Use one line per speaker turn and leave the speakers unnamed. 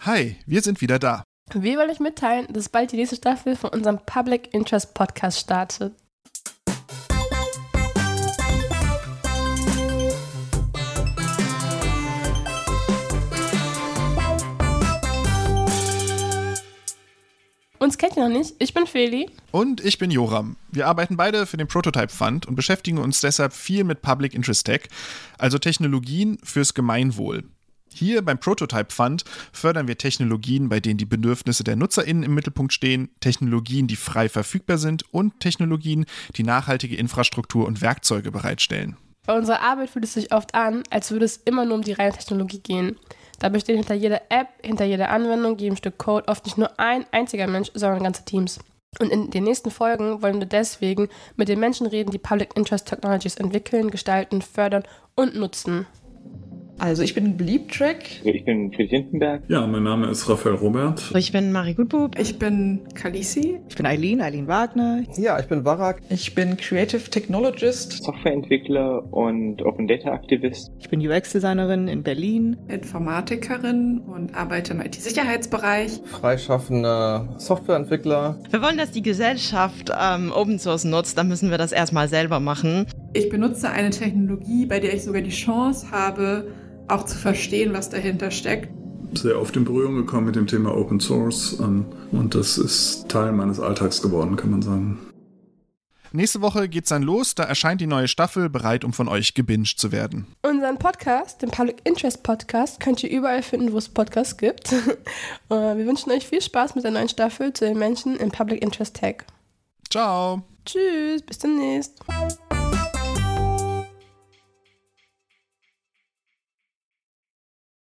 Hi, wir sind wieder da.
Wir wollen euch mitteilen, dass bald die nächste Staffel von unserem Public Interest Podcast startet. Uns kennt ihr noch nicht. Ich bin Feli.
Und ich bin Joram. Wir arbeiten beide für den Prototype Fund und beschäftigen uns deshalb viel mit Public Interest Tech, also Technologien fürs Gemeinwohl. Hier beim Prototype Fund fördern wir Technologien, bei denen die Bedürfnisse der NutzerInnen im Mittelpunkt stehen, Technologien, die frei verfügbar sind und Technologien, die nachhaltige Infrastruktur und Werkzeuge bereitstellen.
Bei unserer Arbeit fühlt es sich oft an, als würde es immer nur um die reine Technologie gehen. Dabei steht hinter jeder App, hinter jeder Anwendung, jedem Stück Code oft nicht nur ein einziger Mensch, sondern ganze Teams. Und in den nächsten Folgen wollen wir deswegen mit den Menschen reden, die Public Interest Technologies entwickeln, gestalten, fördern und nutzen.
Also ich bin Bleep-Track.
Also Ich bin Fried Hindenberg.
Ja, mein Name ist Raphael Robert.
Ich bin Marie Gutbub.
Ich bin Kalisi.
Ich bin Eileen, Eileen Wagner.
Ja, ich bin Warak.
Ich bin Creative Technologist.
Softwareentwickler und Open Data Aktivist.
Ich bin UX-Designerin in Berlin.
Informatikerin und arbeite im IT-Sicherheitsbereich.
Freischaffender Softwareentwickler.
Wir wollen, dass die Gesellschaft ähm, Open Source nutzt, dann müssen wir das erstmal selber machen.
Ich benutze eine Technologie, bei der ich sogar die Chance habe, auch zu verstehen, was dahinter steckt.
Sehr oft in Berührung gekommen mit dem Thema Open Source ähm, und das ist Teil meines Alltags geworden, kann man sagen.
Nächste Woche geht's dann los, da erscheint die neue Staffel, bereit, um von euch gebinged zu werden.
Unseren Podcast, den Public Interest Podcast, könnt ihr überall finden, wo es Podcasts gibt. Äh, Wir wünschen euch viel Spaß mit der neuen Staffel zu den Menschen im Public Interest Tag.
Ciao.
Tschüss, bis demnächst.